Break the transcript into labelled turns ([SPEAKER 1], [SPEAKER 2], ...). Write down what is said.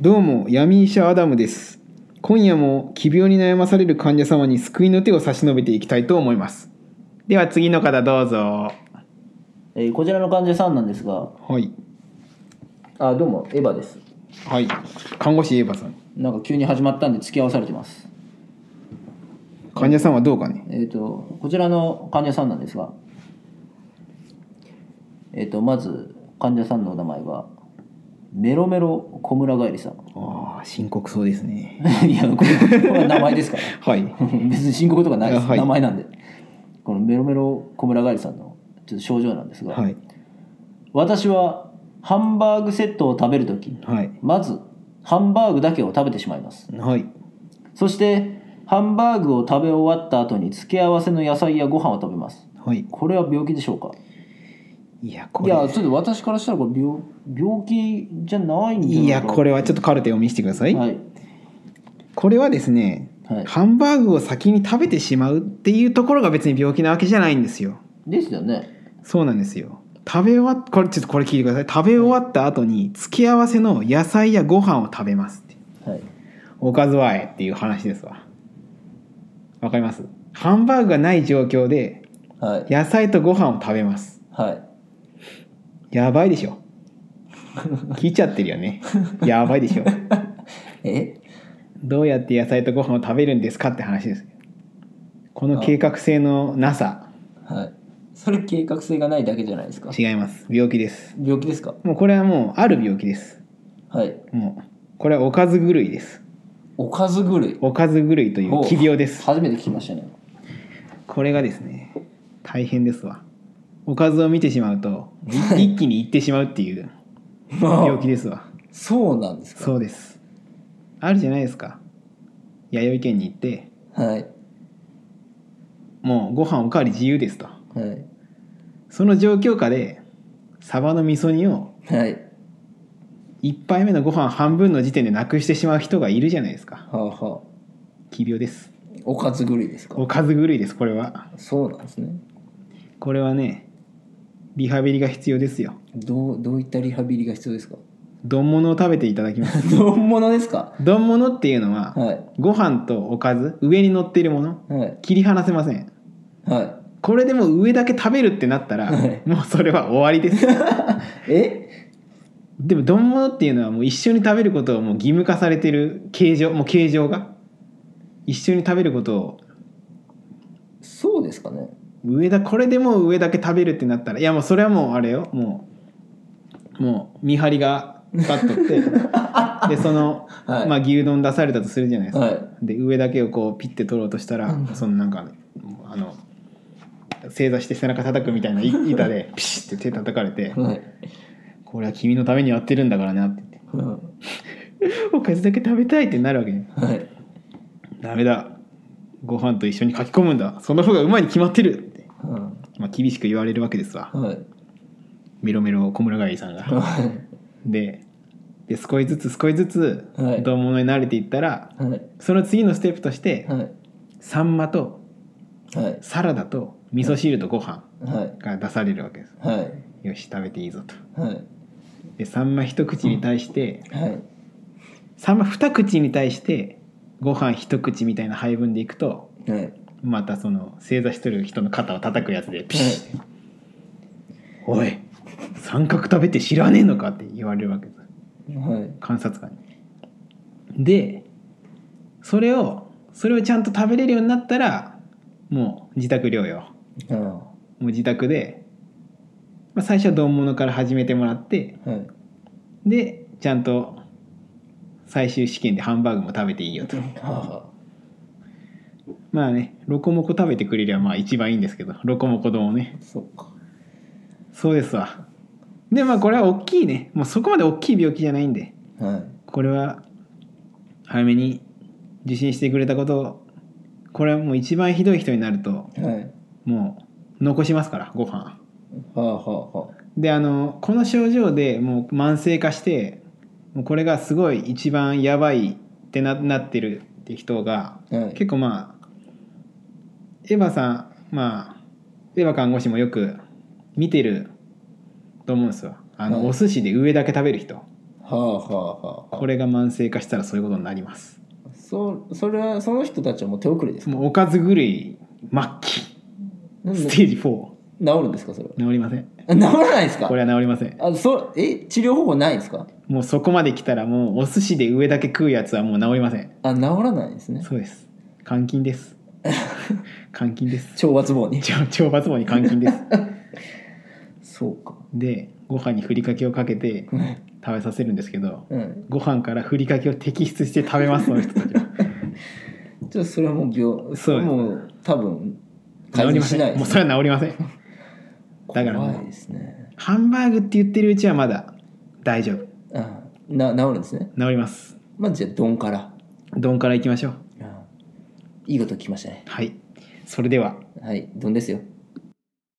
[SPEAKER 1] どうも闇医者アダムです今夜も奇病に悩まされる患者様に救いの手を差し伸べていきたいと思いますでは次の方どうぞ
[SPEAKER 2] えーこちらの患者さんなんですが、
[SPEAKER 1] はい
[SPEAKER 2] あ、どうも、エヴァです。
[SPEAKER 1] はい看護師エヴァさん
[SPEAKER 2] なんか急に始まったんで付き合わされてます。
[SPEAKER 1] 患者さんはどうかね
[SPEAKER 2] えっ、と、こちらの患者さんなんですが、えっ、と、まず患者さんのお名前は、メロメロ小村帰りさん。
[SPEAKER 1] ああ深刻そうですね
[SPEAKER 2] いや、これこれは名前ですから。
[SPEAKER 1] はい
[SPEAKER 2] 別に申告とかないです、
[SPEAKER 1] はい
[SPEAKER 2] 名前なんで。このメロメロ小村帰りさんのちょっと症状なんですが、
[SPEAKER 1] はい
[SPEAKER 2] 私はハンバーグセットを食べるとき、
[SPEAKER 1] はい
[SPEAKER 2] まずハンバーグだけを食べてしまいます。
[SPEAKER 1] はい
[SPEAKER 2] そしてハンバーグを食べ終わった後に付け合わせの野菜やご飯を食べます
[SPEAKER 1] はい
[SPEAKER 2] これは病気でしょうか
[SPEAKER 1] いやこ
[SPEAKER 2] い
[SPEAKER 1] れ
[SPEAKER 2] やちょっと私からしたらこれ病病気じゃないんじゃない
[SPEAKER 1] いやこれはちょっとカルテを見せてください、
[SPEAKER 2] はい
[SPEAKER 1] これはですね
[SPEAKER 2] はい
[SPEAKER 1] ハンバーグを先に食べてしまうっていうところが別に病気なわけじゃないんですよ
[SPEAKER 2] ですよね
[SPEAKER 1] そうなんですよ食べ終わっこれちょっとこれ聞いてください食べ終わった後に付け合わせの野菜やご飯を食べますって
[SPEAKER 2] はい
[SPEAKER 1] おかずはえっていう話ですわわかりますハンバーグがない状況で
[SPEAKER 2] はい
[SPEAKER 1] 野菜とご飯を食べます
[SPEAKER 2] はい
[SPEAKER 1] やばいでしょ聞いちゃってるよねやばいでしょ
[SPEAKER 2] え
[SPEAKER 1] どうやって野菜とご飯を食べるんですかって話ですこの計画性のなさ
[SPEAKER 2] はいそれ計画性がないだけじゃないですか
[SPEAKER 1] 違います病気です
[SPEAKER 2] 病気ですか
[SPEAKER 1] もうこれはもうある病気です
[SPEAKER 2] はい
[SPEAKER 1] もうこれはおかず狂いです
[SPEAKER 2] おかず狂い
[SPEAKER 1] おかず狂いという奇病です
[SPEAKER 2] 初めて聞きましたね
[SPEAKER 1] これがですね大変ですわおかずを見てしまうとい一気にいってしまうっていう病気ですわ
[SPEAKER 2] そうなんですか
[SPEAKER 1] そうですあるじゃないですか弥生県に行って
[SPEAKER 2] はい
[SPEAKER 1] もうご飯おかわり自由ですと
[SPEAKER 2] はい
[SPEAKER 1] その状況下でサバの味噌煮を
[SPEAKER 2] はい
[SPEAKER 1] 1杯目のご飯半分の時点でなくしてしまう人がいるじゃないですか
[SPEAKER 2] はあはあ
[SPEAKER 1] 奇病です
[SPEAKER 2] おかず狂いですか
[SPEAKER 1] おかず狂いですこれは
[SPEAKER 2] そうなんですね
[SPEAKER 1] これはねリハビリが必要ですよ
[SPEAKER 2] どうどういったリハビリが必要ですか
[SPEAKER 1] 丼物を食べていただきます
[SPEAKER 2] 本物ですか
[SPEAKER 1] 丼物っていうのは、
[SPEAKER 2] はい
[SPEAKER 1] ご飯とおかず上に乗っているもの
[SPEAKER 2] はい
[SPEAKER 1] 切り離せません
[SPEAKER 2] は
[SPEAKER 1] これでもう上だけ食べるってなったら、
[SPEAKER 2] はい
[SPEAKER 1] もうそれは終わりです
[SPEAKER 2] い え
[SPEAKER 1] でも丼物っていうのはもう一緒に食べることをもう義務化されてる形状もう形状が一緒に食べることを
[SPEAKER 2] そうですかね
[SPEAKER 1] 上だこれでもう上だけ食べるってなったらいやもうそれはもうあれよもうもう見張りがかっとって でその、
[SPEAKER 2] はい
[SPEAKER 1] まあ、牛丼出されたとするじゃないですか、
[SPEAKER 2] は
[SPEAKER 1] で上だけをこうピッて取ろうとしたら、そのなんかあの正座して背中叩くみたいない板 でピシッて手叩かれて
[SPEAKER 2] いはい、
[SPEAKER 1] 「これは君のためにやってるんだからな」って言って「おかずだけ食べたい」ってなるわけね
[SPEAKER 2] はい、
[SPEAKER 1] 「ダメだご飯と一緒に書き込むんだその方がうまいに決まってる」って、まあ、厳しく言われるわけですわ
[SPEAKER 2] はい
[SPEAKER 1] メロメロ小村帰りさんが。
[SPEAKER 2] は
[SPEAKER 1] でで少しずつ少しずつ
[SPEAKER 2] はい
[SPEAKER 1] 丼物に慣れていったら、
[SPEAKER 2] いはい
[SPEAKER 1] その次のステップとして、
[SPEAKER 2] はい
[SPEAKER 1] サンマと
[SPEAKER 2] はい
[SPEAKER 1] サラダと味噌汁とご飯
[SPEAKER 2] はい
[SPEAKER 1] が出されるわけです。
[SPEAKER 2] はい
[SPEAKER 1] よし食べていいぞと。
[SPEAKER 2] はい
[SPEAKER 1] でサンマ一口に対して、
[SPEAKER 2] はい
[SPEAKER 1] サンマ二口に対してご飯一口みたいな配分でいくと
[SPEAKER 2] はい
[SPEAKER 1] またその正座しとる人の肩を叩くやつでピシッて、おい三角食べて知らねえのかって言われるわけです。
[SPEAKER 2] はい
[SPEAKER 1] 観察官に。でそれをそれをちゃんと食べれるようになったらもう自宅療養。
[SPEAKER 2] ああ
[SPEAKER 1] もう自宅で、まあ、最初は丼物から始めてもらって
[SPEAKER 2] はい
[SPEAKER 1] でちゃんと最終試験でハンバーグも食べていいよと
[SPEAKER 2] はあは
[SPEAKER 1] まあねロコモコ食べてくれりゃまあ一番いいんですけどロコモコ丼をね
[SPEAKER 2] あそうか
[SPEAKER 1] そうですわでまあこれは大きいねもうそこまで大きい病気じゃないんで
[SPEAKER 2] はい
[SPEAKER 1] これは早めに受診してくれたことをこれはもう一番ひどい人になると
[SPEAKER 2] はい
[SPEAKER 1] もう残しますからご飯
[SPEAKER 2] はあはあは
[SPEAKER 1] であのこの症状でもう慢性化してもうこれがすごい一番やばいってななってるって人が
[SPEAKER 2] あはい
[SPEAKER 1] 結構まあエヴァさんまあエヴァ看護師もよく見てると思うんですよあの、
[SPEAKER 2] はい
[SPEAKER 1] お寿司で上だけ食べる人
[SPEAKER 2] はあはあはあ
[SPEAKER 1] これが慢性化したらそういうことになります
[SPEAKER 2] そそれはその人たちはもう手遅れですか
[SPEAKER 1] もうおかず狂い末期
[SPEAKER 2] なんで
[SPEAKER 1] ス
[SPEAKER 2] 治
[SPEAKER 1] テージ4
[SPEAKER 2] るんですかそれは
[SPEAKER 1] 治りません
[SPEAKER 2] あ治らないですか
[SPEAKER 1] これは治りません
[SPEAKER 2] あそえ治療方法ないんですか
[SPEAKER 1] もうそこまで来たらもうお寿司で上だけ食うやつはもう治りません
[SPEAKER 2] あ治らないですね
[SPEAKER 1] そうです監禁です 監禁です
[SPEAKER 2] 懲 罰棒に
[SPEAKER 1] 懲懲罰棒に監禁です
[SPEAKER 2] そうか
[SPEAKER 1] でご飯にふりかけをかけて食べさせるんですけど
[SPEAKER 2] うん
[SPEAKER 1] ご飯からふりかけを摘出して食べますその人たちは
[SPEAKER 2] じゃあそれはもう病
[SPEAKER 1] そうです
[SPEAKER 2] もう多分
[SPEAKER 1] 治
[SPEAKER 2] 改
[SPEAKER 1] り
[SPEAKER 2] 善
[SPEAKER 1] ませ
[SPEAKER 2] し
[SPEAKER 1] ん
[SPEAKER 2] ない
[SPEAKER 1] も
[SPEAKER 2] で
[SPEAKER 1] う
[SPEAKER 2] す、
[SPEAKER 1] それは治りませ んだからもう
[SPEAKER 2] 怖いですね
[SPEAKER 1] ハンバーグって言ってるうちはまだ大丈夫治
[SPEAKER 2] あな治るんですね
[SPEAKER 1] ります
[SPEAKER 2] まずじゃあ丼から
[SPEAKER 1] 丼からいきましょう
[SPEAKER 2] あいいこと聞きましたね
[SPEAKER 1] はいそれでは
[SPEAKER 2] はい丼ですよ